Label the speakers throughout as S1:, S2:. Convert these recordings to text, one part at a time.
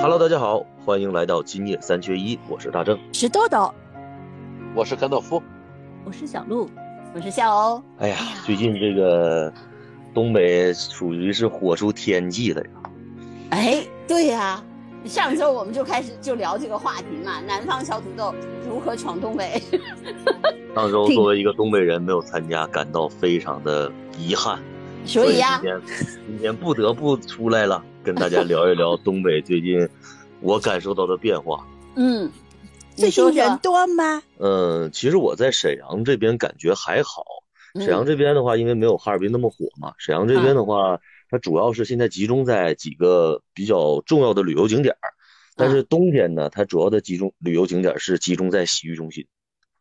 S1: Hello，大家好，欢迎来到今夜三缺一，我是大正。
S2: 是豆豆，
S3: 我是甘道夫，
S2: 我是小鹿，我是夏欧。
S1: 哎呀
S2: 哎呀，
S1: 最近这个东北属于是火出天际了呀。
S2: 哎，对呀、上周我们就开始就聊这个话题嘛，南方小土豆如何闯东北？
S1: 上周
S2: 这
S1: 作为一个东北人没有参加，感到非常的遗憾，
S2: 所以呀、
S1: 今天今天不得不出来了，跟大家聊一聊东北最近我感受到的变化。
S2: 嗯，
S4: 最
S2: 你
S4: 近
S2: 说
S4: 人
S2: 说，
S4: 多吗？
S1: 嗯，其实我在沈阳这边感觉还好，沈阳
S2: 嗯
S1: 这边的话，因为没有哈尔滨那么火嘛，沈阳这边的话，它主要是现在集中在几个比较重要的旅游景点儿，但
S2: 嗯
S1: 是冬天呢，它主要的集中旅游景点儿是集中在洗浴中心。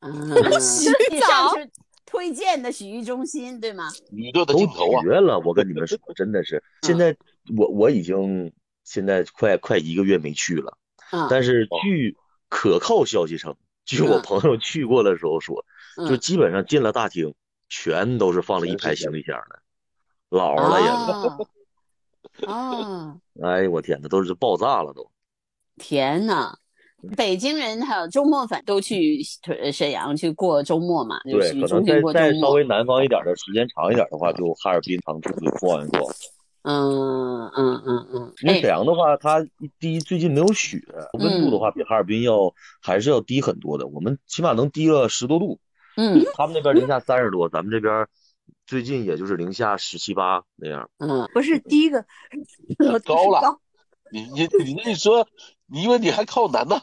S2: 嗯，
S4: 洗
S2: 你上
S4: 澡
S2: 次推荐的洗浴中心对吗？
S3: 宇宙的
S1: 都
S3: 尽头啊
S1: 绝！了，我跟你们说，真的是，
S2: 嗯
S1: 现在我我已经现在快快一个月没去了，
S2: 嗯，
S1: 但是
S3: 哦
S1: 据可靠消息称，据我
S2: 嗯
S1: 朋友去过的时候说，就基本上进了大厅，全都是放了一排行李箱的，
S2: 啊
S1: 老
S2: 嗯
S1: 了也是，
S2: 啊啊，
S1: 哎呦我天呐，都是爆炸了都。
S2: 天呐！北京人还有周末反都去呃沈阳去过周末嘛，就
S1: 对，
S2: 洗浴
S1: 可
S2: 中
S1: 能
S2: 心
S1: 再
S2: 过周
S1: 再稍
S2: 末。
S1: 微南方一点的，时间长一点的话，就哈尔滨、长春逛一逛。
S2: 嗯嗯嗯嗯，
S1: 因为
S2: 哎
S1: 沈，阳的话，它第一最近没有雪，温度的
S2: 嗯
S1: 话比哈尔滨要还是要低很多的，我们起码能低了十多度。
S2: 嗯
S1: 他们那边零下三十多，咱们这边最近也就是零下十七八那样。
S2: 嗯，
S4: 不是第 一个，
S3: 高了，你你你那一说，你因为你还靠南呢，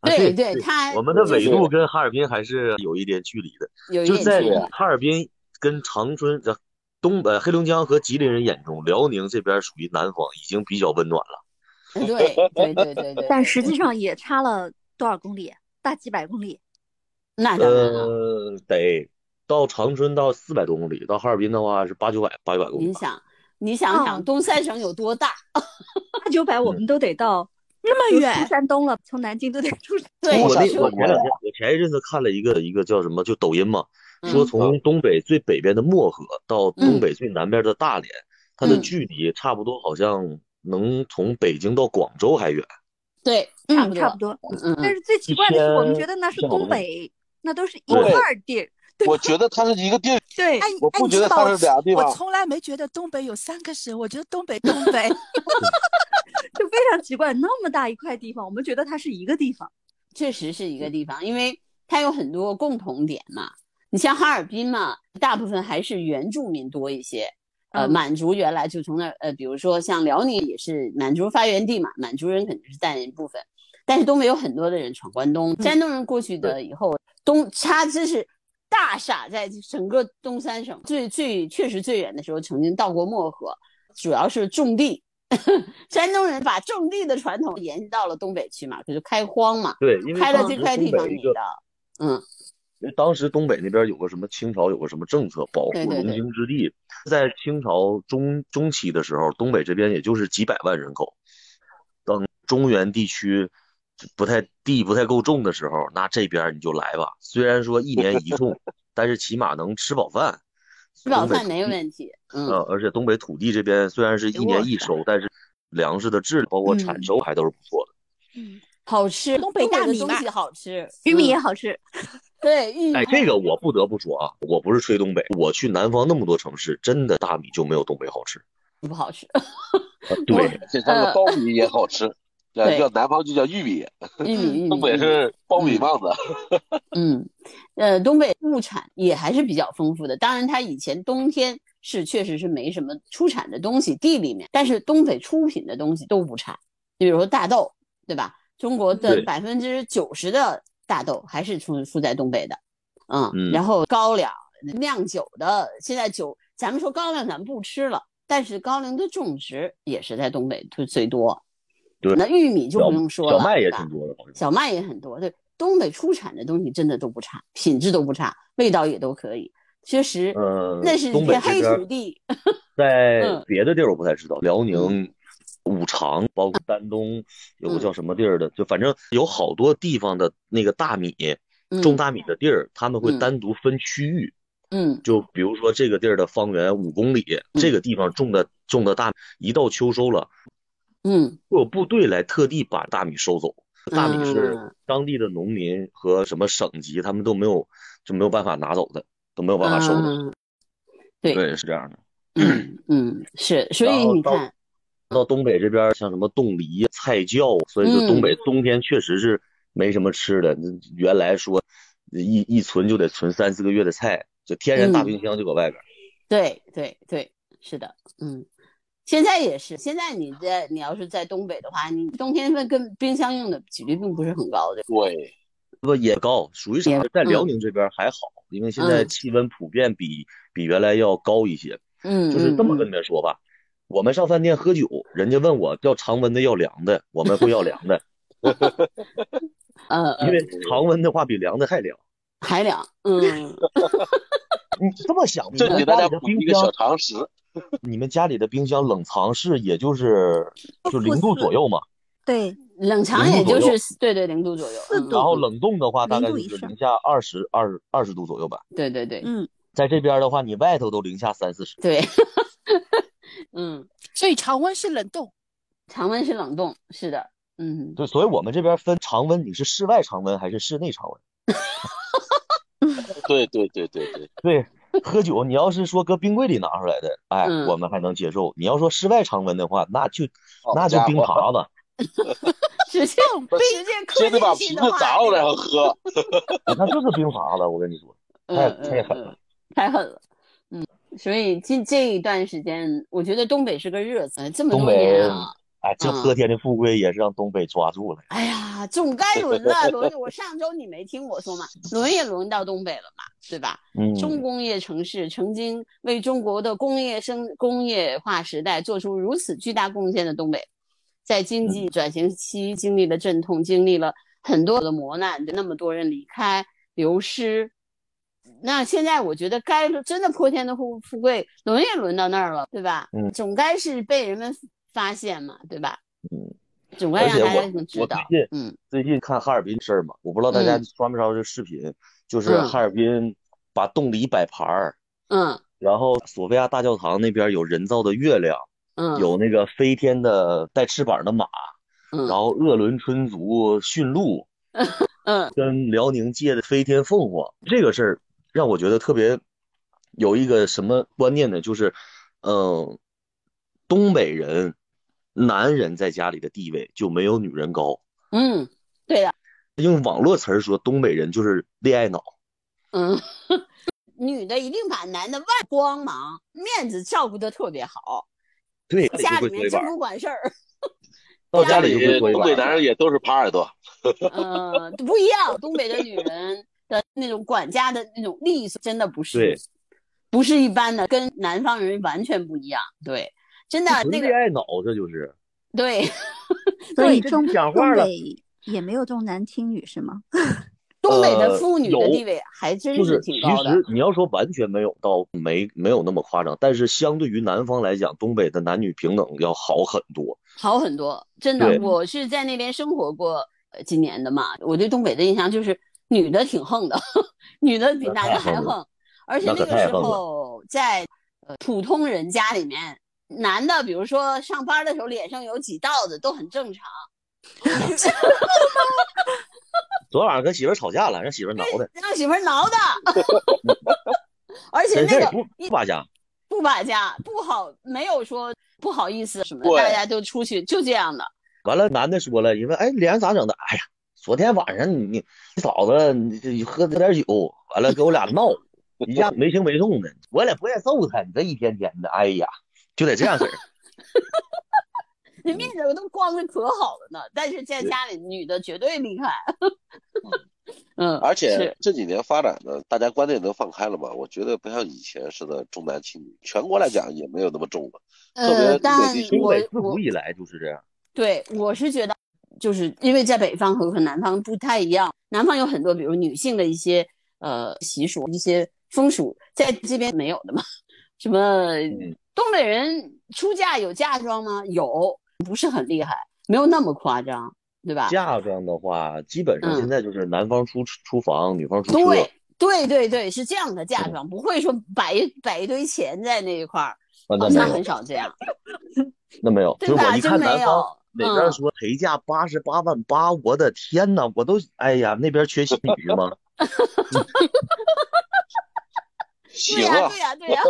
S1: 啊
S2: 对对，他
S1: 我们的纬
S2: 就是
S1: 度跟哈尔滨还是有一点距离的，
S2: 有一
S1: 就
S2: 点
S1: 在
S2: 距离啊
S1: 哈尔滨跟长春这东呃黑龙江和吉林人眼中，辽宁这边属于南方，已经比较温暖了。
S2: 对对对对对，
S4: 但实际上也差了多少公里？大几百公里。
S2: 那当然了，
S1: 呃，得到长春到四百多公里，到哈尔滨的话是八九百八九百公里
S2: 你
S1: 吧。
S2: 想，你想想
S4: 嗯
S2: 东三省有多大？
S4: 八九百我们都得到
S2: 那
S4: 都出山东了，从南京都得出山。
S2: 对，
S1: 我那
S2: 就
S1: 我前两天我前一阵子看了一个一个叫什么，就抖音嘛，说
S2: 嗯
S1: 从东北最北边的漠河到东北最南边的大连，它的
S2: 嗯
S1: 距离差不多好像能从北京到广州还远。
S2: 对，差不
S4: 嗯，
S2: 多，
S4: 差不多。
S2: 嗯
S4: 但
S2: 嗯，
S4: 是最奇怪的是，
S1: 一千
S4: 我们觉得那是东北，那都是一块儿地。
S3: 我觉得它是一个地儿，
S4: 对，
S5: 哎，
S3: 我
S5: 哎
S3: 不
S5: 你
S3: 觉得
S5: 知道
S3: 它
S5: 我
S3: 是俩地
S5: 我
S3: 方。
S5: 从来没觉得东北有三个省，我觉得东北东北
S4: 就非常奇怪，那么大一块地方，我们觉得它是一个地方。
S2: 确实是一个地方，因为它有很多共同点嘛。你像哈尔滨嘛，大部分还是原住民多一些，呃，
S4: 嗯
S2: 满族原来就从那儿，呃，比如说像辽宁也是满族发源地嘛，满族人肯定是占一部分，但是东北有很多的人闯关东，山东人过去的以后，东他真是大傻，在整个东三省最最确实最远的时候，曾经到过漠河，主要是种地。 山东人把种地的传统延续到了东北去嘛，就是开荒嘛，
S1: 对，因为
S2: 开了
S1: 当
S2: 这
S1: 时
S2: 块地
S1: 东
S2: 方
S1: 北
S2: 给
S1: 一个
S2: 的，嗯
S1: 因为当时东北那边有个什么清朝有个什么政策保护
S2: 对对对
S1: 龙兴之地，在清朝中中期的时候，东北这边也就是几百万人口，等中原地区不太地不太够种的时候，那这边你就来吧。虽然说一年一 种，但是起码能吃饱饭。
S2: 吃饱
S1: 东北
S2: 饭没
S1: 土地
S2: 问题，
S1: 呃
S2: 嗯，，
S1: 而且东北土地这边虽然是一年一收，但是粮食的质量包括产
S2: 嗯
S1: 收还都是不错的。
S4: 嗯，
S2: 好吃，
S5: 东北大米
S2: 的
S5: 嘛
S2: 东西好吃，
S4: 玉米也
S2: 嗯
S4: 好吃。
S2: 对玉米，
S1: 哎，这个我不得不说啊，我不是吹东北，我去南方那么多城市，真的大米就没有东北好吃。
S2: 不好吃，
S1: 啊，对，
S3: 这三个苞米也好 吃，呃，
S2: 嗯对
S3: 叫南方就叫玉米，
S2: 玉米玉嗯米，
S3: 东北
S2: 玉米
S3: 是苞米棒子。
S2: 嗯，呃，东北物产也还是比较丰富的。当然，它以前冬天是确实是没什么出产的东西，地里面，但是东北出品的东西都无产，你比如说大豆，对吧？中国的
S1: 对
S2: 百分之九十的大豆还是出出在东北的，嗯，
S1: 嗯
S2: 然后高粱酿酒的，现在酒，咱们说高粱咱们不吃了，但是高粱的种植也是在东北最最多。
S1: 对
S2: 那玉米就
S1: 小
S2: 不用说了，
S1: 小麦也
S2: 对吧
S1: 挺多的，好像。
S2: 小麦也很多，对，东北出产的东西真的都不差，品质都不差，味道也都可以。确实，
S1: 嗯
S2: 那是一
S1: 东北
S2: 片
S1: 这
S2: 黑
S1: 边
S2: 土地，
S1: 在
S2: 嗯
S1: 别的地儿我不太知道，辽宁、五常，包括丹东，有个
S2: 嗯
S1: 叫什么地儿的，就反正有好多地方的那个大米
S2: 嗯
S1: 种大米的地儿，他们会
S2: 嗯
S1: 单独分区域。
S2: 嗯
S1: 就比如说这个地儿的方圆五公里，这个地方种的种的大米，一到秋收了，
S2: 嗯
S1: 会有部队来特地把大米收走。大米
S2: 嗯
S1: 是当地的农民和什么省级，他们都没有就没有办法拿走的，都没有办法收的。
S2: 嗯对
S1: 对，是这样的。
S2: 嗯嗯是，所以
S1: 然后
S2: 你
S1: 到
S2: 看，
S1: 到东北这边，像什么冻梨、菜窖，所以就
S2: 嗯
S1: 东北冬天确实是没什么吃的。那原来说一一存就得存三四个月的菜，就天然大
S2: 嗯
S1: 冰箱就搁外边。
S2: 对对对，是的，嗯，现在也是。现在你在你要是在东北的话，你冬天份跟冰箱用的几率并不是很高的。
S3: 对，
S1: 不也高，属于啥
S2: 也？
S1: 在辽宁这边还好，因为现在
S2: 嗯
S1: 气温普遍比比原来要高一些。
S2: 嗯，
S1: 就是这么
S2: 嗯
S1: 跟你们说吧，我们上饭店喝酒，人家问我要常温的要凉的，我们会要凉的，
S2: 嗯呃
S1: 因为常温的话比凉的还凉。
S2: 还凉， 嗯
S1: 啊你这么 想，
S3: 这
S1: 你
S3: 给
S1: 们
S3: 大
S1: 家
S3: 家
S1: 里的
S3: 普及一
S1: 冰
S3: 个小
S1: 箱，
S3: 常识。
S1: 你们家里的冰箱冷藏室也就是就
S4: 负
S1: 零度左右嘛，
S4: 对，
S2: 冷藏
S1: 零度
S2: 也就
S1: 左右
S2: 是对对零度左右，
S4: 四
S2: 嗯
S1: 然后
S4: 度
S1: 冷冻的话大概
S4: 零度
S1: 就
S4: 以
S1: 是
S4: 上
S1: 零下二十二二十度左右吧。
S2: 对对对
S4: 嗯，
S1: 在这边的话，你外头都零下三四十，
S2: 对，嗯，
S5: 所以常温是冷冻，
S2: 常温是冷冻，是的，嗯，
S1: 对，所以我们这边分常温，你是室外常温还是室内常温？
S3: 对对对对对，
S1: 对，喝酒你要是说搁冰柜里拿出来的，哎，
S2: 嗯
S1: 我们还能接受。你要说室外常温的话，那就
S3: 好
S1: 那就
S3: 家
S1: 冰
S3: 伙
S1: 碴子，
S2: 直接
S5: 冻冰
S2: 直接
S3: 先得把
S2: 扣进去的
S3: 瓶子
S2: 话，
S3: 砸了然后喝。
S1: 那就是冰碴子。我跟你说，太
S2: 嗯
S1: 太狠
S2: 嗯
S1: 了
S2: 嗯，太狠了，嗯，所以这这一段时间，我觉得东北是个热子，这么
S1: 东
S2: 多
S1: 北
S2: 年啊，
S1: 哎，这
S2: 嗯
S1: 喝天的富贵也是让东北抓住了。
S2: 哎呀，总该轮了，轮我上周你没听我说嘛，轮也轮到东北了嘛，对吧？
S1: 嗯，
S2: 重工业城市曾经为中国的工业生工业化时代做出如此巨大贡献的东北，在
S1: 嗯
S2: 经济转型期经历了阵痛，经历了很多的磨难，那么多人离开流失。那现在我觉得该真的泼天的富富贵轮也轮到那儿了，对吧？
S1: 嗯
S2: 总该是被人们发现嘛，对吧？
S1: 嗯，
S2: 总该
S1: 而
S2: 让
S1: 且
S2: 大
S1: 我
S2: 家能知
S1: 我最
S2: 道，
S1: 近
S2: 嗯
S1: 最近看哈尔滨事儿嘛，我不知道大家
S2: 嗯
S1: 刷没刷到这视频，就是
S2: 嗯
S1: 哈尔滨把冻梨摆盘儿，
S2: 嗯
S1: 然后索菲亚大教堂那边有人造的月亮，
S2: 嗯，
S1: 有那个飞天的带翅膀的马。
S2: 嗯
S1: 然后鄂伦春族驯鹿，
S2: 嗯
S1: 跟辽宁借的飞天凤凰这个事儿，让我觉得特别有一个什么观念呢？就是，嗯、东北人男人在家里的地位就没有女人高。
S2: 嗯，对的，
S1: 用网络词儿说，东北人就是恋爱脑。
S2: 嗯， 女的一定把男的外光芒、面子照顾的特别好，
S1: 对，
S2: 家
S1: 会搓
S2: 里
S1: 一
S2: 面真
S1: 把儿，
S2: 不管 事儿。
S1: 到
S2: 家
S1: 家
S2: 里
S1: 里就会搓一
S3: 东
S1: 把
S3: 北
S1: 儿。
S3: 男人也都是耙耳朵，
S2: 嗯，不一样，东北的女人的那种管家的那种利索，真的不是
S1: 对，
S2: 不是一般的，跟南方人完全不一样。对，真的
S1: 纯
S2: 那
S1: 恋
S2: 个
S1: 爱脑，这就是。
S2: 对，
S4: 所以
S1: 这
S4: 中
S1: 讲话
S4: 东
S1: 了
S4: 北也没有重男轻女是吗？
S2: 东北的
S1: 呃
S2: 妇女的
S1: 有
S2: 地位还真
S1: 就是
S2: 挺
S1: 其
S2: 高的。
S1: 实你要说完全没有到没没有那么夸张，但是相对于南方来讲，东北的男女平等要好很多。
S2: 好很多，真的
S1: 对。
S2: 我是在那边生活过呃几年的嘛，我对东北的印象就是女的挺横的， 女的比
S1: 那
S2: 男
S1: 太
S2: 的还
S1: 横了
S2: 横，而且
S1: 那
S2: 那
S1: 可
S2: 个
S1: 太
S2: 时
S1: 横了
S2: 候在呃普通人家里面，男的比如说上班的时候脸上有几道子都很正常，
S1: 昨晚上跟媳妇儿吵架了，让媳妇儿挠的，
S2: 让媳妇 儿挠的，而且
S1: 真事
S2: 那
S1: 哎儿
S2: 个
S1: 不不扒瞎。
S2: 不打架不好，没有说不好意思什么的，
S3: 对
S2: 大家都出去就这样的，
S1: 完了，男的说了，你问哎脸上咋整的？哎呀，昨天晚上你你嫂子你这喝喝点酒，完了给我俩闹，一下没轻没重的，我俩不愿揍他，你这一天天的，哎呀，就得这样式儿。
S2: 那面子都光的可好了呢，但是在家里女的绝对厉害。嗯，
S3: 而且
S2: 是
S3: 这几年发展呢，大家观念都放开了嘛，我觉得不像以前似的重男轻女，全国来讲也没有那么重了。特别
S2: 呃，
S3: 是
S2: 但
S3: 内地
S1: 东
S2: 我
S1: 北自
S2: 我
S1: 古以来就是这样。
S2: 对我是觉得，就是因为在北方和和南方不太一样，南方有很多比如女性的一些呃习俗、一些风俗，在这边没有的嘛。 什么东北人出嫁有嫁妆吗？有，不是很厉害，没有那么夸张，对吧？
S1: 嫁妆的话，基本
S2: 啊嗯
S1: 上现在就是男方出出房，女方出车。啊
S2: 对对对对，是这样的嫁妆，不会说摆一摆一堆钱在那一块儿，
S1: 啊，那
S2: 好
S1: 没
S2: 像
S1: 有
S2: 很，少这样，
S1: 那没有，就
S2: 对
S1: 是我
S2: 吧？
S1: 一
S2: 真
S1: 看
S2: 没
S1: 南方，
S2: 有，嗯
S1: 哪边说陪价八十八万八，我的天呐，我都哎呀，那边缺新女吗？
S2: 对
S3: 行
S2: 呀、
S3: 啊
S2: 对，呀、对呀、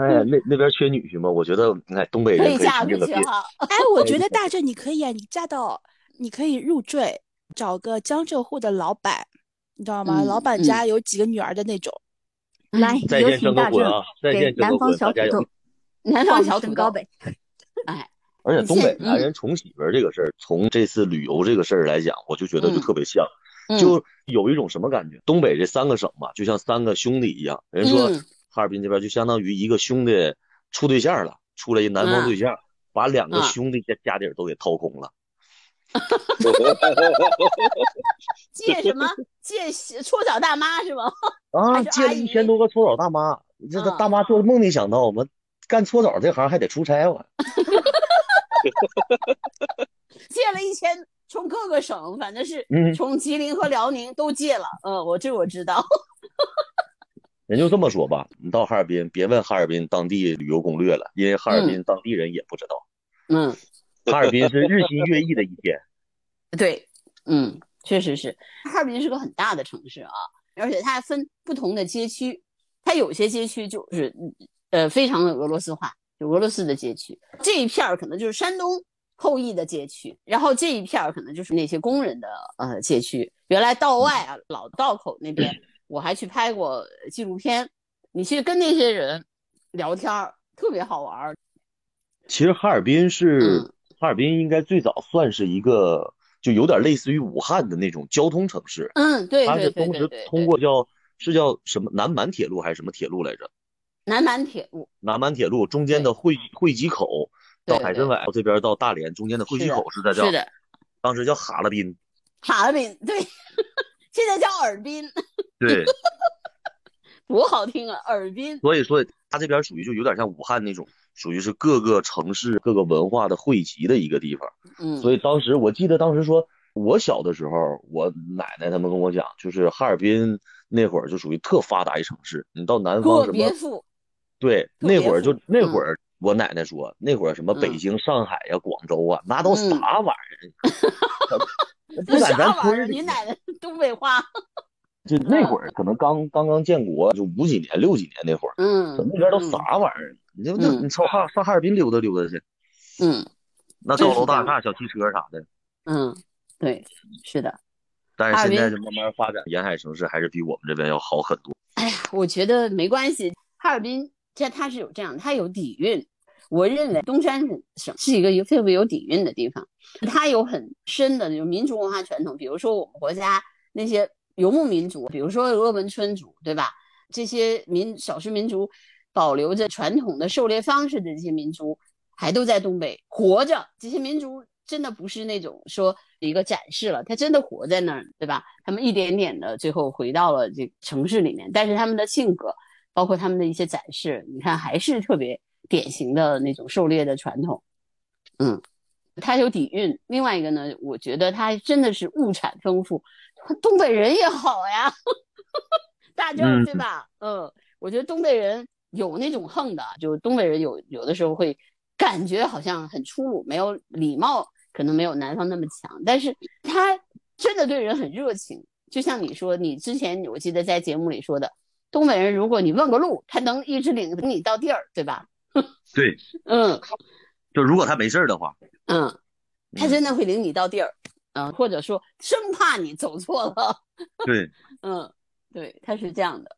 S1: 哎呀，那那边缺女婿吗？我觉得，哎，东北
S2: 嗯可
S1: 人
S2: 以
S1: 可以
S2: 嫁
S1: 拼命的
S2: 不缺
S1: 拼。
S2: 哈。
S5: 哎，我觉得大正你可以啊，你嫁到你可以入赘，找个江浙沪的老板，你知道吗？
S2: 嗯
S5: 老板家有几个女儿的那种。
S4: 来，
S1: 在
S4: 有
S1: 线
S4: 请
S1: 生个
S4: 大
S1: 滚
S4: 正
S1: 啊！在
S4: 给
S1: 线生
S4: 南
S1: 个
S4: 方
S1: 滚，
S4: 小
S1: 大
S4: 土
S1: 家有。
S4: 豆，
S2: 南方小土
S4: 身
S2: 豆
S4: 高，呗。
S2: 哎，
S1: 而且东北
S2: 你现嗯
S1: 男人宠媳妇儿这个事儿，从这次旅游这个事儿来讲，我就觉得就
S2: 嗯
S1: 特别像，
S2: 嗯
S1: 就有一种什么感觉？东北这三个省嘛，就像三个兄弟一样。人说
S2: 嗯
S1: 哈尔滨这边就相当于一个兄弟处对象了，处了一南方对象，把两个
S2: 啊
S1: 兄弟家家底儿都给掏空了。
S2: 借什么借搓脚大妈是吗？
S1: 啊，
S2: 还是
S1: 借
S2: 阿
S1: 了一
S2: 姨
S1: 千多个搓澡大妈，这他
S2: 嗯
S1: 大妈做梦没想到，我们干搓澡这行还得出差啊我。
S2: 借了一千，从各个省，反正是
S1: 嗯
S2: 从吉林和辽宁都借了。嗯，我这我知道。
S1: 人就这么说吧，你到哈尔滨别问哈尔滨当地旅游攻略了，因为哈尔滨当地人也不知道。
S2: 嗯，
S1: 哈尔滨是日新月异的一天。
S2: 对，嗯，确实是。哈尔滨是个很大的城市啊，而且它还分不同的街区，它有些街区就是呃非常的俄罗斯化，就俄罗斯的街区，这一片儿可能就是山东后裔的街区，然后这一片儿可能就是那些工人的呃街区。原来道外啊，老道口那边我还去拍过纪录片，你去跟那些人聊天儿，特别好玩儿。
S1: 其实哈尔滨是、
S2: 嗯
S1: 哈尔滨应该最早算是一个，就有点类似于武汉的那种交通城市。
S2: 嗯，对
S1: 它
S2: 对
S1: 是
S2: 对
S1: 当
S2: 对
S1: 时
S2: 对，
S1: 通过叫是叫什么南满铁路还是什么铁路来着？
S2: 南满铁路，
S1: 南满铁路中间的汇汇集口
S2: 对
S1: 到海参崴这边到大连中间的汇集口是在叫
S2: 是的，
S1: 当时叫哈尔滨。
S2: 哈尔滨对，现在叫尔滨，
S1: 对，
S2: 多好听啊！尔滨，
S1: 所以说它这边属于就有点像武汉那种，属于是各个城市各个文化的汇集的一个地方。
S2: 嗯，
S1: 所以当时我记得当时说，我小的时候，我奶奶他们跟我讲，就是哈尔滨那会儿就属于特发达一城市，你到南方
S2: 特
S1: 什
S2: 别
S1: 么，
S2: 富，
S1: 对，
S2: 特
S1: 那
S2: 别
S1: 会儿就
S2: 富
S1: 那会儿我奶奶说，那会儿什么北
S2: 嗯
S1: 京、上海呀、广州啊，那都啥
S2: 嗯
S1: 玩意 儿？不
S2: 这
S1: 敢
S2: 啥
S1: 咱
S2: 玩意
S1: 村
S2: 儿？
S1: 儿里
S2: 您，奶嗯奶 东北话，
S1: 就那会儿可能刚刚刚建国，就五几年、六几年那会儿，
S2: 嗯
S1: 那，边都
S2: 嗯
S1: 啥玩意儿？你就那
S2: 嗯
S1: 你上哈上哈尔滨溜达溜达去，
S2: 嗯
S1: 那
S2: 就
S1: 高
S2: 是
S1: 楼
S2: 这
S1: 大
S2: 样
S1: 厦、小汽车啥的。
S2: 嗯，对，是的。
S1: 但
S2: 哈
S1: 是
S2: 尔
S1: 现在
S2: 滨
S1: 就慢慢发展，沿海城市还是比我们这边要好很多。
S2: 哎呀，我觉得没关系，哈尔滨这它是有这样，它有底蕴。我认为东三省是一个有特别有底蕴的地方，它有很深的有民族文化传统，比如说我们国家那些游牧民族，比如说鄂温春族，对吧？这些民少数民族保留着传统的狩猎方式的这些民族，还都在东北活着。这些民族真的不是那种说一个展示了，他真的活在那儿，对吧？他们一点点的最后回到了这个城市里面，但是他们的性格，包括他们的一些展示，你看还是特别典型的那种狩猎的传统。嗯，它有底蕴。另外一个呢，我觉得它真的是物产丰富，东北人也好呀， 大正儿
S1: 嗯
S2: 对吧？嗯，我觉得东北人有那种横的，就东北人有有的时候会感觉好像很粗鲁，没有礼貌，可能没有南方那么强，但是他真的对人很热情。就像你说，你之前我记得在节目里说的，东北人如果你问个路，他能一直领领你到地儿，对吧？
S1: 对，
S2: 嗯
S1: 就如果他没事儿的话，
S2: 嗯。他
S1: 嗯
S2: 真的会领你到地儿，嗯、或者说生怕你走错了，
S1: 对，
S2: 嗯，对，他是这样的。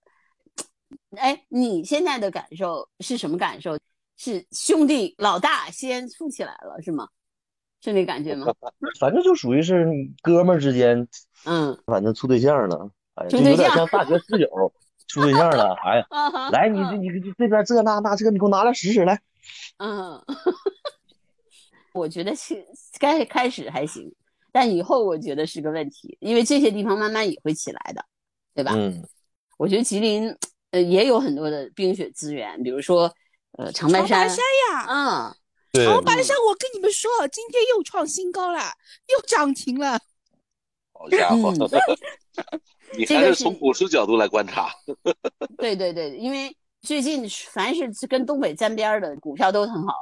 S2: 哎，你现在的感受是什么感受？是兄弟老大先富起来了是吗？是那感觉吗？
S1: 反正就属于是哥们儿之间，
S2: 嗯
S1: 反正处对象了，哎，
S2: 处
S1: 就
S2: 对
S1: 有点
S2: 象
S1: 像大学室友处对象了，哎呀，
S2: 啊 哈，
S1: 来你这你这这边这那那这个你给我拿来使使来，
S2: 嗯，嗯我觉得是该开始还行，但以后我觉得是个问题，因为这些地方慢慢也会起来的，对吧？
S1: 嗯，
S2: 我觉得吉林呃也有很多的冰雪资源，比如说呃长白
S5: 长
S2: 山，
S5: 白山呀，
S2: 嗯，
S1: 对
S5: 长白山，我跟你们说，今天又创新高了，又涨停了。
S3: 好家伙， 你
S2: 嗯这
S3: 还
S2: 个
S3: 是
S2: 是
S3: 从股市角度来观察，
S2: 对对对，因为最近凡是跟东北沾边儿的股票都很好。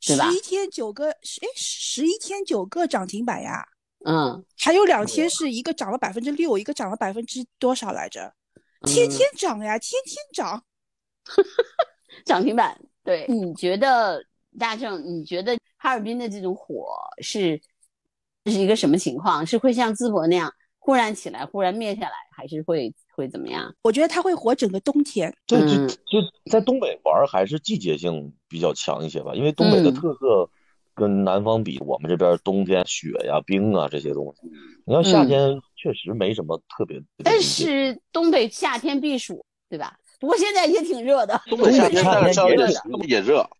S2: 对吧
S5: 十一天九个，十哎十一天九个涨停板呀，
S2: 嗯，
S5: 还有两天是一个涨了百分之六，一个涨了百分之多少来着？天
S2: 嗯
S5: 天涨呀，天天涨。
S2: 涨停板。对，
S1: 嗯
S2: 你觉得大正？你觉得哈尔滨的这种火是是一个什么情况？是会像淄博那样忽然起来，忽然灭下来，还是会会怎么样？
S5: 我觉得它会火整个冬天。
S1: 对，就
S2: 嗯
S1: 就在东北玩儿还是季节性比较强一些吧，因为东北的
S2: 嗯
S1: 特色跟南方比，我们这边儿冬天雪呀、冰啊这些东西，你要夏
S2: 嗯
S1: 天确实没什么特别的理解。
S2: 但是东北夏天避暑，对吧？不过现在也挺热的，
S3: 东北夏天
S1: 夏
S3: 但
S1: 天
S3: 是稍
S1: 也
S3: 微
S1: 热
S3: 也热，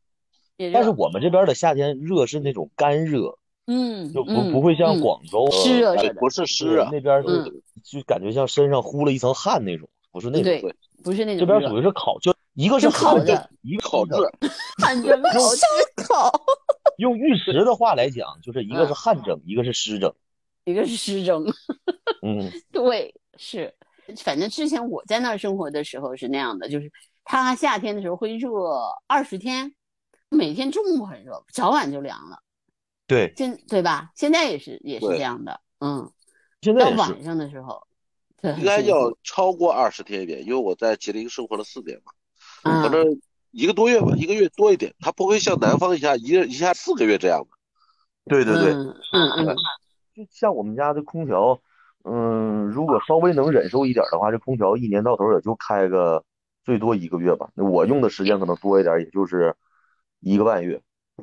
S2: 也热
S1: 但是我们这边儿的夏天热是那种干热，
S2: 嗯，
S1: 就不
S2: 嗯
S1: 不会像
S2: 嗯
S1: 广州
S2: 湿热
S1: 呃
S2: 热的，
S3: 不是湿啊，
S1: 那边儿是
S2: 嗯
S1: 就感觉像身上呼了一层汗那种，不是那种。
S2: 对，不是那
S1: 这
S2: 种
S1: 边儿
S2: 热
S1: 属于是烤，就一个是
S2: 就烤
S1: 汗
S2: 的，
S1: 一个
S3: 烤
S1: 是
S3: 制。
S2: 汗蒸烤制，
S1: 用玉石的话来讲，就是一个是
S2: 嗯
S1: 汗蒸，一个是湿蒸。
S2: 一个是湿蒸。
S1: 嗯，
S2: 对，是，反正之前我在那儿生活的时候是那样的，就是它夏天的时候会热二十天，每天中午很热，早晚就凉了，
S1: 对，
S2: 现对吧？现在也是也是
S3: 对
S2: 这样的，嗯，
S1: 现在
S2: 到
S1: 也是。
S2: 晚上的时候，对，很
S3: 应
S2: 舒
S3: 该
S2: 服
S3: 要超过二十天一点，因为我在吉林生活了四年嘛，
S2: 嗯
S3: 反正一个多月吧，一个月多一点，它不会像南方一下一一下四个月这样的。
S1: 对对对，
S2: 嗯嗯嗯，
S1: 就像我们家的空调，嗯，如果稍微能忍受一点的话，这空调一年到头也就开个最多一个月吧。那我用的时间可能多一点，也就是一个半月。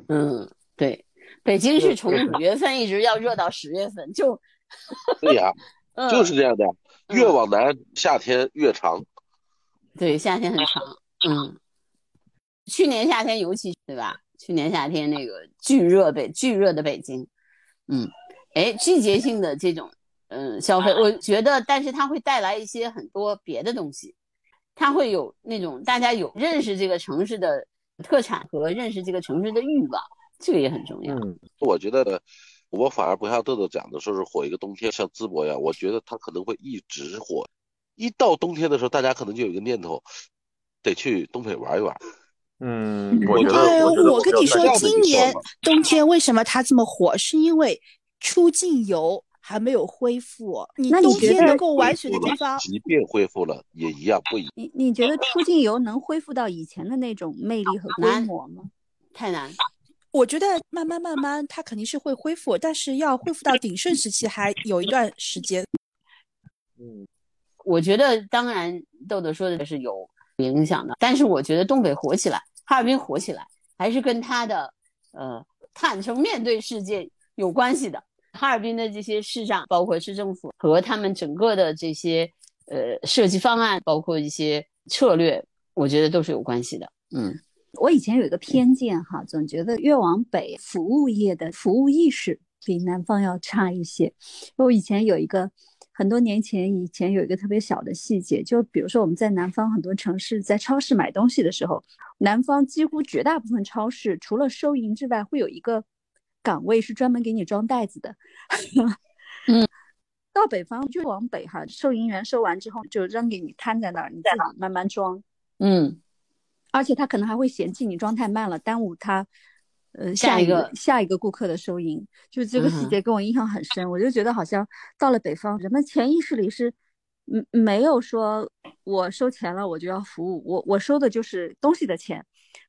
S2: 嗯，对，北京是从五月份一直要热到十月份，就
S3: 对呀、
S2: 嗯，
S3: 啊就是这样的呀，
S2: 嗯
S3: 越往南夏天越长。
S2: 对，夏天很长，嗯，去年夏天尤其对吧？去年夏天那个巨热北巨热的北京，嗯，哎，季节性的这种嗯消费，我觉得，但是它会带来一些很多别的东西，它会有那种大家有认识这个城市的特产和认识这个城市的欲望，这个也很重要。
S1: 嗯，
S3: 我觉得我反而不像豆豆讲的，说是火一个冬天，像淄博一样，我觉得它可能会一直火。一到冬天的时候，大家可能就有一个念头，得去东北玩一玩。
S1: 嗯，
S3: 我觉得
S5: 哎，
S1: 我觉得我
S5: 跟
S1: 比较
S5: 你
S1: 赞
S5: 说，
S1: 成
S5: 今
S3: 你说
S5: 年
S3: 吧
S5: 冬天为什么它这么火，是因为出境游还没有恢复，你
S4: 那你
S5: 冬
S4: 觉
S5: 天
S4: 得
S5: 能够玩水的地方，
S3: 即便恢复了，也一样不一样。
S4: 你你觉得出境游能恢复到以前的那种魅力和规
S2: 难
S4: 模吗？
S2: 太难，
S5: 我觉得慢慢慢慢它肯定是会恢复，但是要恢复到鼎盛时期还有一段时间。
S1: 嗯
S2: 我觉得当然豆豆说的是有影响的，但是我觉得东北火起来，哈尔滨火起来，还是跟他的呃坦诚面对世界有关系的。哈尔滨的这些市长，包括市政府和他们整个的这些呃设计方案，包括一些策略，我觉得都是有关系的。嗯，
S4: 我以前有一个偏见哈，总觉得越往北，服务业的服务意识比南方要差一些。我以前有一个很多年前以前有一个特别小的细节，就比如说我们在南方很多城市在超市买东西的时候，南方几乎绝大部分超市除了收银之外，会有一个岗位是专门给你装袋子的。
S2: 嗯，
S4: 到北方就往北哈，收银员收完之后就扔给你摊在那儿，你自己慢慢装。
S2: 嗯，
S4: 而且他可能还会嫌弃你装太慢了，耽误他，呃，
S2: 下
S4: 下
S2: 一个
S4: 下一个顾客的收银。就这个
S2: 嗯
S4: 细
S2: 哼
S4: 节给我印象很深，我就觉得好像到了北方，人们潜意识里是，嗯，没有说我收钱了我就要服务，我我收的就是东西的钱，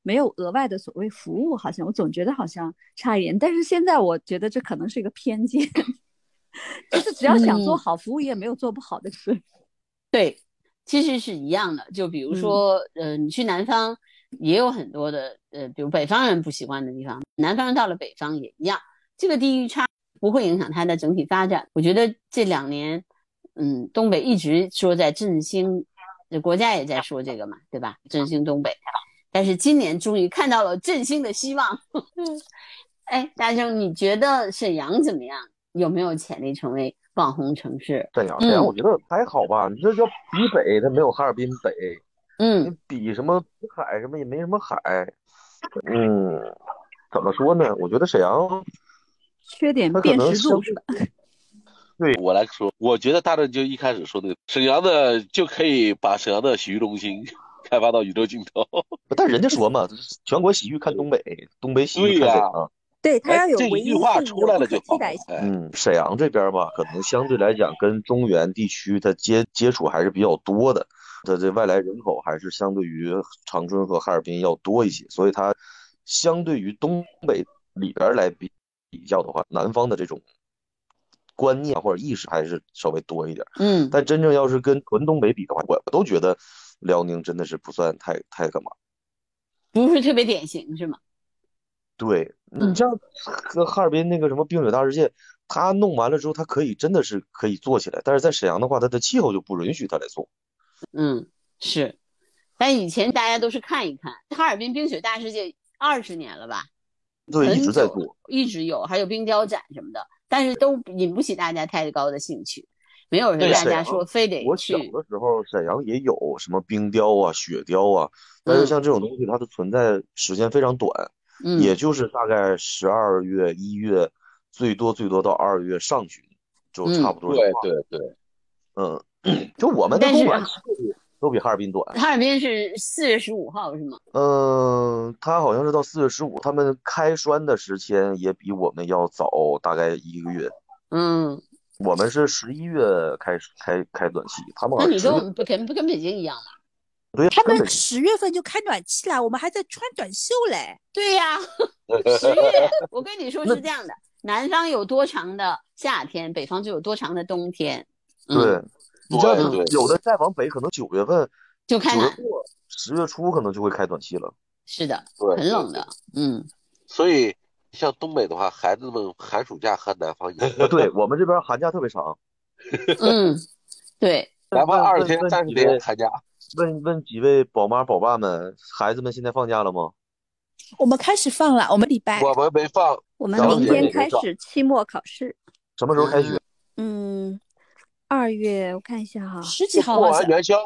S4: 没有额外的所谓服务，好像我总觉得好像差一点。但是现在我觉得这可能是一个偏见， 就是只要想做
S2: 嗯
S4: 好服务业，没有做不好的事。
S2: 对，其实是一样的。就比如
S4: 嗯
S2: 说，呃，你去南方也有很多的，呃，比如北方人不习惯的地方，南方人到了北方也一样。这个地域差不会影响它的整体发展。我觉得这两年，嗯，东北一直说在振兴，这国家也在说这个嘛，对吧？振兴东北，但是今年终于看到了振兴的希望。 哎，大圣，你觉得沈阳怎么样？有没有潜力成为网红城市？
S1: 沈阳，
S2: 嗯
S1: 沈阳我觉得还好吧。你这叫比北，它没有哈尔滨北；
S2: 嗯
S1: 你，比什么北海什么也没什么海。嗯，怎么说呢？我觉得沈阳
S4: 缺点
S1: 它可
S4: 辨
S1: 能
S4: 识
S1: 相
S4: 度
S1: 对
S4: 是吧？
S3: 我来说，我觉得大正就一开始说的沈阳的就可以把沈阳的洗浴中心 开发到宇宙尽头。
S1: 但人家说嘛，全国喜剧看东北，东北喜剧
S3: 对
S1: 看
S3: 呀
S1: 沈阳。
S6: 对，它
S3: 哎
S6: 要有
S3: 这
S6: 唯
S3: 一句
S6: 性
S3: 话
S6: 有
S3: 出来
S6: 不可
S3: 了就
S6: 替
S3: 好
S6: 代
S3: 了
S6: 性。。
S3: 哎，
S1: 嗯，沈阳这边吧，可能相对来讲跟中原地区它接接触还是比较多的，它这外来人口还是相对于长春和哈尔滨要多一些，所以它相对于东北里边儿来比比较的话，南方的这种观念或者意识还是稍微多一点儿。
S2: 嗯，
S1: 但真正要是跟纯东北比的话，我都觉得辽宁真的是不算太太干嘛。
S2: 不是特别典型是吗？
S1: 对，
S2: 嗯
S1: 你像和哈尔滨那个什么冰雪大世界，他弄完了之后，他可以真的是可以做起来，但是在沈阳的话，它的气候就不允许他来做。
S2: 嗯，是。但以前大家都是看一看哈尔滨冰雪大世界二十年了吧，
S1: 对，一
S2: 很
S1: 直在
S2: 久
S1: 做。
S2: 一直有，还有冰雕展什么的，但是都引不起大家太高的兴趣，没有人
S3: 对
S2: 大
S1: 沈
S2: 家
S1: 阳
S2: 说非得
S1: 啊我
S2: 去
S1: 小。的时候，沈阳也有什么冰雕啊、雪雕啊，但是像这种东西，它的存在时间非常短，
S2: 嗯，
S1: 也就是大概十二月、一月，最多最多到二月上旬就
S2: 嗯
S1: 差不多就
S3: 对
S1: 挂了。
S3: 对对，
S1: 嗯，就我们的
S2: 但
S1: 购
S2: 是
S1: 买
S2: 哈
S1: 期都比都比哈尔滨短。
S2: 哈尔滨是四月十五号是吗？
S1: 嗯，他好像是到四月十五，他们开栓的时间也比我们要早大概一个月。
S2: 嗯，
S1: 我们是十一月开始开开暖气，他们好
S2: 那
S1: 像
S2: 你
S1: 十
S2: 跟我
S1: 月
S2: 们不跟不跟北京一样了？
S1: 对，
S5: 他
S1: 根
S5: 们
S1: 本
S5: 十月份就开暖气了，我们还在穿短袖嘞。
S2: 对呀、十月，我跟你说是这样的，南方有多长的夏天，北方就有多长的冬天。嗯，
S1: 对。你像
S2: 对
S3: 对
S1: 有的再往北，可能九月份、
S2: 就开
S1: 九月
S2: 暖，
S1: 末、十月初可能就会开暖气了。
S2: 是的，
S3: 对
S2: 很冷的。嗯，
S3: 所以像东北的话，孩子们寒暑假和南方一样，
S1: 啊，对，我们这边寒假特别长。
S2: 嗯，对，
S3: 南方
S1: 问
S3: 二十
S1: 问
S3: 天、
S1: 问
S3: 三十
S1: 几
S3: 天
S1: 位，
S3: 寒假。
S1: 问问几位宝妈宝爸们，孩子们现在放假了吗？
S5: 我们开始放了，我们礼拜
S3: 我们没放，
S4: 我们
S1: 咱们
S4: 明
S1: 也
S4: 天
S1: 得
S4: 开
S3: 上
S4: 始期末考试，
S1: 什么时候开学？
S4: 嗯，二月我看一下哈，
S5: 十几号
S3: 过
S5: 好
S3: 完
S5: 像
S3: 元宵，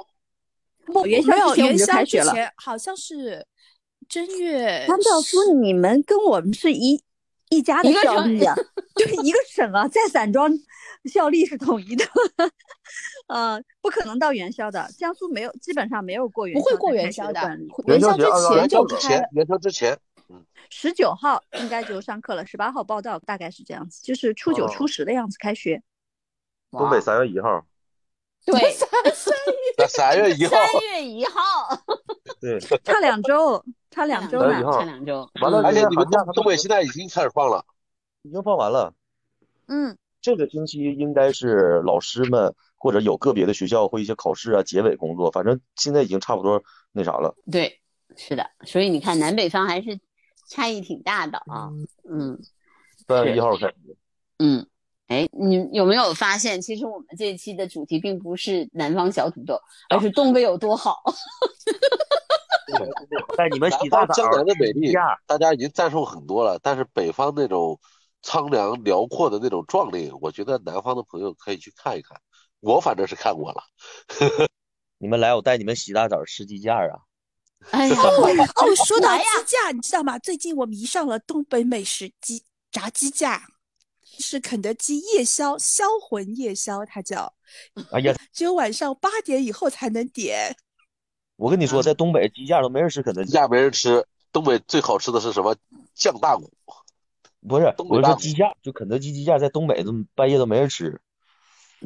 S4: 不元宵
S5: 没有
S4: 之前我
S5: 元
S4: 们就
S5: 宵
S4: 开
S5: 之
S4: 学了。
S5: 前好像是正月
S4: 甘道夫，你们跟我们是一一家的
S2: 一个
S4: 效
S2: 省
S4: 力啊， 对，一个省啊，在散装效力是统一的， 呃，不可能到元宵的。江苏没有，基本上没有过元
S5: 不
S4: 宵，
S5: 会过元宵的
S4: 惯例。，
S1: 元
S5: 元
S1: 宵节
S5: 宵之
S1: 22
S5: 前
S3: 元宵
S5: 就
S3: 之
S5: 开哦
S3: 前
S5: 了，。
S3: 元宵之前，
S4: 十九号应该就上课了，十八号报到，大概是这样子，就是初九、
S1: 哦
S4: 初十的样子开学。
S1: 东北三月一号。
S2: 对，
S3: 那三月一号，
S2: 三月一号，
S1: 对，
S4: 差两周，差两周
S1: 三月一
S4: 呢
S1: 号。
S2: 差两周。
S1: 完了
S3: 而
S2: 嗯
S3: 且你们
S1: 寒假
S3: 东
S1: 他们
S3: 东北现在已经开始放了，
S1: 已经放完了。
S4: 嗯，
S1: 这个星期应该是老师们或者有个别的学校会一些考试啊、结尾工作，反正现在已经差不多那啥了。
S2: 对，是的，所以你看南北方还是差异挺大的啊。嗯
S1: 三
S2: 是
S1: 月一号开始。
S2: 嗯，哎，你有没有发现，其实我们这一期的主题并不是南方小土豆，
S1: 啊
S2: 而是东北有多好。
S1: 带你们
S3: 南
S1: 洗
S3: 方
S1: 大
S3: 江南
S1: 澡
S3: 的美丽
S1: 呀！
S3: 大家已经赞颂很多了，但是北方那种苍凉辽阔的那种壮丽，我觉得南方的朋友可以去看一看。我反正是看过了，
S1: 你们来，我带你们洗大澡、吃鸡架啊！
S2: 哎呀，
S5: 哦，说到
S2: 来呀
S5: 鸡架，你知道吗？最近我迷上了东北美食鸡炸鸡架，是肯德基夜宵销魂夜宵，它叫，啊
S1: 哎呀，
S5: 只有晚上八点以后才能点。
S1: 我跟你说，
S2: 啊
S1: 在东北鸡架都没人吃肯德基，
S3: 亚没人吃。东北最好吃的是什么？酱大骨。
S1: 不是，
S3: 东
S1: 我
S3: 北
S1: 是
S3: 大
S1: 说
S3: 骨
S1: 鸡架，就肯德基鸡架在东北都半夜都没人吃。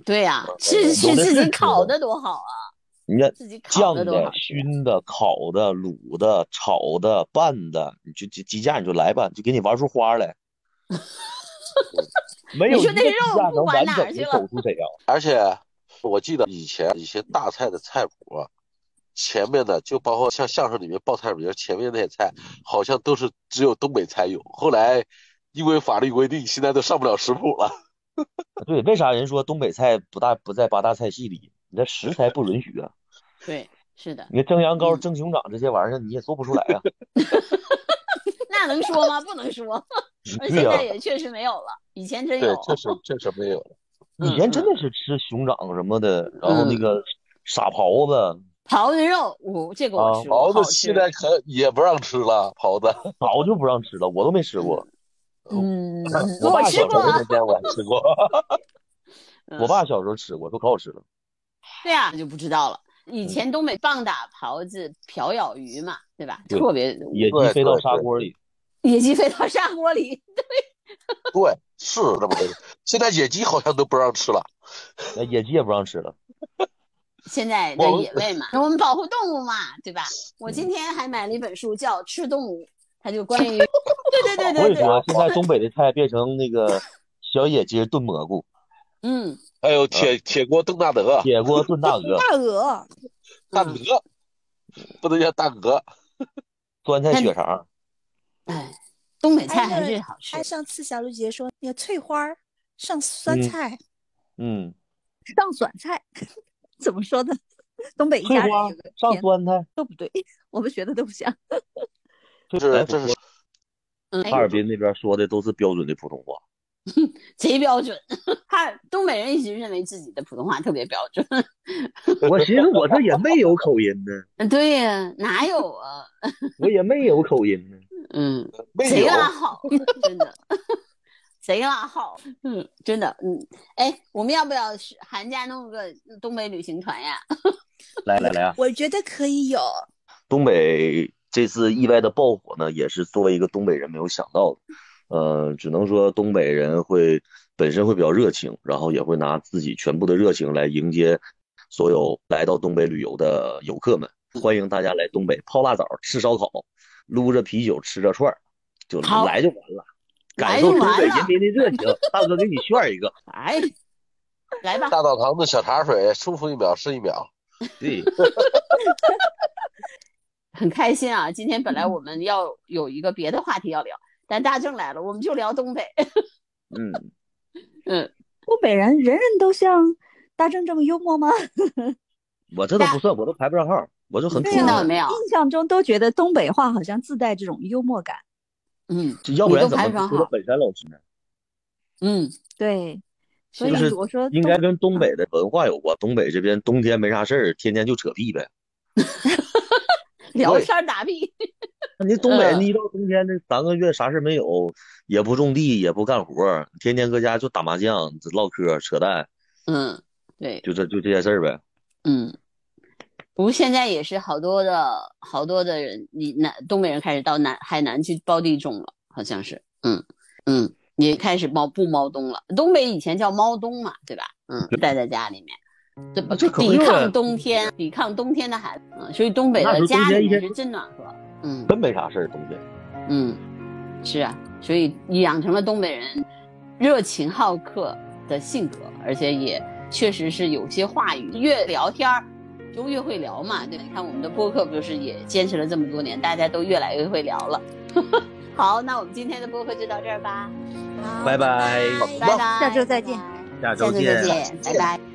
S2: 对呀、吃
S1: 有
S2: 吃
S1: 的
S2: 自
S1: 是
S2: 己
S1: 吃
S2: 烤
S1: 的
S2: 的多好 啊，
S1: 你看
S2: 自己烤
S1: 酱
S2: 的多
S1: 的
S2: 好、吃啊。
S1: 熏的、烤的、卤的、炒的、拌的，你就鸡鸡架你就来吧，就给你玩出花来。没
S2: 你
S1: 有
S2: 说
S1: 一
S2: 那
S1: 个鸡
S2: 肉
S1: 架
S2: 不
S1: 能
S2: 管
S1: 完
S2: 哪儿
S1: 整
S2: 去
S1: 的
S2: 了
S1: 走，出沈阳。
S3: 而且我记得以前一些大菜的菜谱啊，前面的就包括像相声里面报菜名，前面那些菜好像都是只有东北才有。后来因为法律规定，现在都上不了食谱了。
S1: 对，为啥人说东北菜不大不在八大菜系里？你的食材不允许啊！
S2: 对，是的，
S1: 你看蒸羊羔、
S2: 嗯
S1: 蒸熊掌这些玩意儿，你也做不出来 啊。
S2: 那能说吗？不 能说，而
S1: 对
S2: 现
S1: 呀、
S2: 在也确实没有了，以前真有
S3: 对，。确实确实没有了。
S1: 以
S2: 嗯
S1: 前真
S2: 嗯
S1: 的是吃熊掌什么的，然后那个傻狍子，
S2: 狍子肉，我、这个我
S1: 啊
S2: 吃过，
S3: 狍
S2: 好
S3: 子现
S2: 吃。
S3: 在可也不让吃了，狍子。
S1: 早就不让吃了，我都没吃过。
S2: 嗯，
S1: 我
S2: 我
S1: 爸
S2: 吃
S1: 小时
S2: 过
S1: 候
S2: 啊
S3: 那。天我还 吃过，
S2: 嗯
S4: 嗯
S1: 我爸小时候吃过，说可好吃了。
S2: 对啊，就不知道了。以前东北棒打狍子、瓢舀鱼嘛，对嗯吧？
S1: 对
S2: 特别
S1: 野鸡飞到砂锅里，
S2: 野鸡飞到砂锅里，
S3: 对，是这么回事。现在野鸡好像都不让吃了，
S1: 那野鸡也不让吃了。
S2: 现在
S3: 我
S2: 的
S3: 们
S2: 野味 嘛，我们嗯保护动物嘛，对吧？我今天还买了一本书叫《吃动物》，它就关 于对对对
S1: 我
S2: 对
S1: 跟你
S2: 对，
S1: 说，现在东北的菜变成那个小野鸡炖蘑菇，
S2: 嗯，
S3: 哎呦，铁铁锅炖大鹅，
S1: 铁锅炖大鹅，
S5: 大鹅，
S3: 大
S2: 嗯
S3: 鹅不能叫大鹅，
S1: 酸菜血肠，
S2: 哎，东北菜
S5: 哎那
S2: 还是好吃
S5: 哎，。上次小鹿姐姐说那个翠花儿上酸
S1: 嗯
S5: 菜，
S1: 嗯，
S4: 上酸菜， 怎么说呢？东北一
S1: 翠
S4: 家人
S1: 花
S4: 有个
S1: 上
S4: 偏
S1: 酸菜，
S4: 都不对， 我们学的都不像。
S3: 这
S1: 咱
S3: 是
S1: 不
S3: 这是
S1: 说
S2: 嗯，
S1: 哈尔滨那边说的都是标准的普通话。
S2: 贼标准。 哈尔东北人一直认为自己的普通话特别标准。
S1: 我寻思我这也没有口音呢，
S2: 嗯，对呀、哪有啊？
S1: 我也没有口音呢。
S2: 嗯，
S3: 没
S2: 贼
S3: 有
S2: 拉好，真的， 贼拉好。嗯，真的，嗯，哎，我们要不要是寒假弄个东北旅行团呀？
S1: 来来来啊！
S5: 我觉得可以有。
S1: 东北这次意外的爆火呢，也是作为一个东北人没有想到的。呃，只能说东北人会本身会比较热情，然后也会拿自己全部的热情来迎接所有来到东北旅游的游客们。欢迎大家来东北泡大枣、吃烧烤、撸着啤酒、吃着串儿，就
S2: 好
S1: 来就完了。
S2: 来
S1: 感
S2: 就
S1: 受东
S2: 完
S1: 北
S2: 了
S1: 人民的热情，大哥给你炫一个。
S2: 哎，来吧，
S3: 大澡堂子小茶水，舒服一秒是一秒。
S1: 对，
S2: 很开心啊！今天本来我们要有一个别的话题要聊，但大正来了，我们就聊东北。
S1: 嗯，
S2: 嗯，
S4: 东北人人人都像大正这么幽默吗？
S1: 我这都不算，我都排不上号，我就很普通
S4: 对
S2: 听
S4: 呀、
S2: 到了
S1: 人。
S2: 没有？
S4: 印象中都觉得东北话好像自带这种幽默感。
S2: 嗯
S1: 这要不然
S2: 你都
S1: 怎
S2: 排
S1: 么
S2: 不上
S1: 出了
S2: 号
S1: 本山老师呢？
S2: 嗯，
S4: 对，所
S1: 就
S4: 以
S1: 是
S4: 我
S2: 呃
S4: 说
S1: 应
S4: 东
S1: 该跟东北的文化有关。东北这边冬天没啥事儿，天天就扯屁呗。
S2: 聊
S1: 对
S2: 天儿打屁。
S1: 那您东北
S2: 嗯
S1: 人一到冬天这三个月啥事儿没有，也不种地，也不干活儿，天天搁家就打麻将、唠嗑、扯淡，
S2: 嗯，对，
S1: 就这就这些事儿呗。
S2: 嗯，不过现在也是好多的好多的人，你南东北人开始到南海南去包地种了，好像是，嗯嗯，也开始猫不猫冬了。东北以前叫猫冬嘛，对吧？嗯，待在家里面，对
S1: 啊
S2: 吧
S1: 这可不
S2: 抵
S1: 是
S2: 抗冬天，抵抗冬天的寒，嗯，所以东北
S1: 那时
S2: 的
S1: 候
S2: 家
S1: 冬天
S2: 里
S1: 一
S2: 面
S1: 天
S2: 是真暖和，嗯
S1: 真没啥事儿，冬天。
S2: 嗯，是啊，所以养成了东北人热情好客的性格，而且也确实是有些话语越聊天儿就越会聊嘛，对吧？你看我们的播客不就是也坚持了这么多年，大家都越来越会聊了。 好，那我们今天的播客就到这儿吧，
S5: 好
S1: 拜拜
S5: 拜
S1: 好
S2: 拜拜，
S4: 下周再见
S2: 拜拜
S1: 下
S2: 下周再见，拜拜。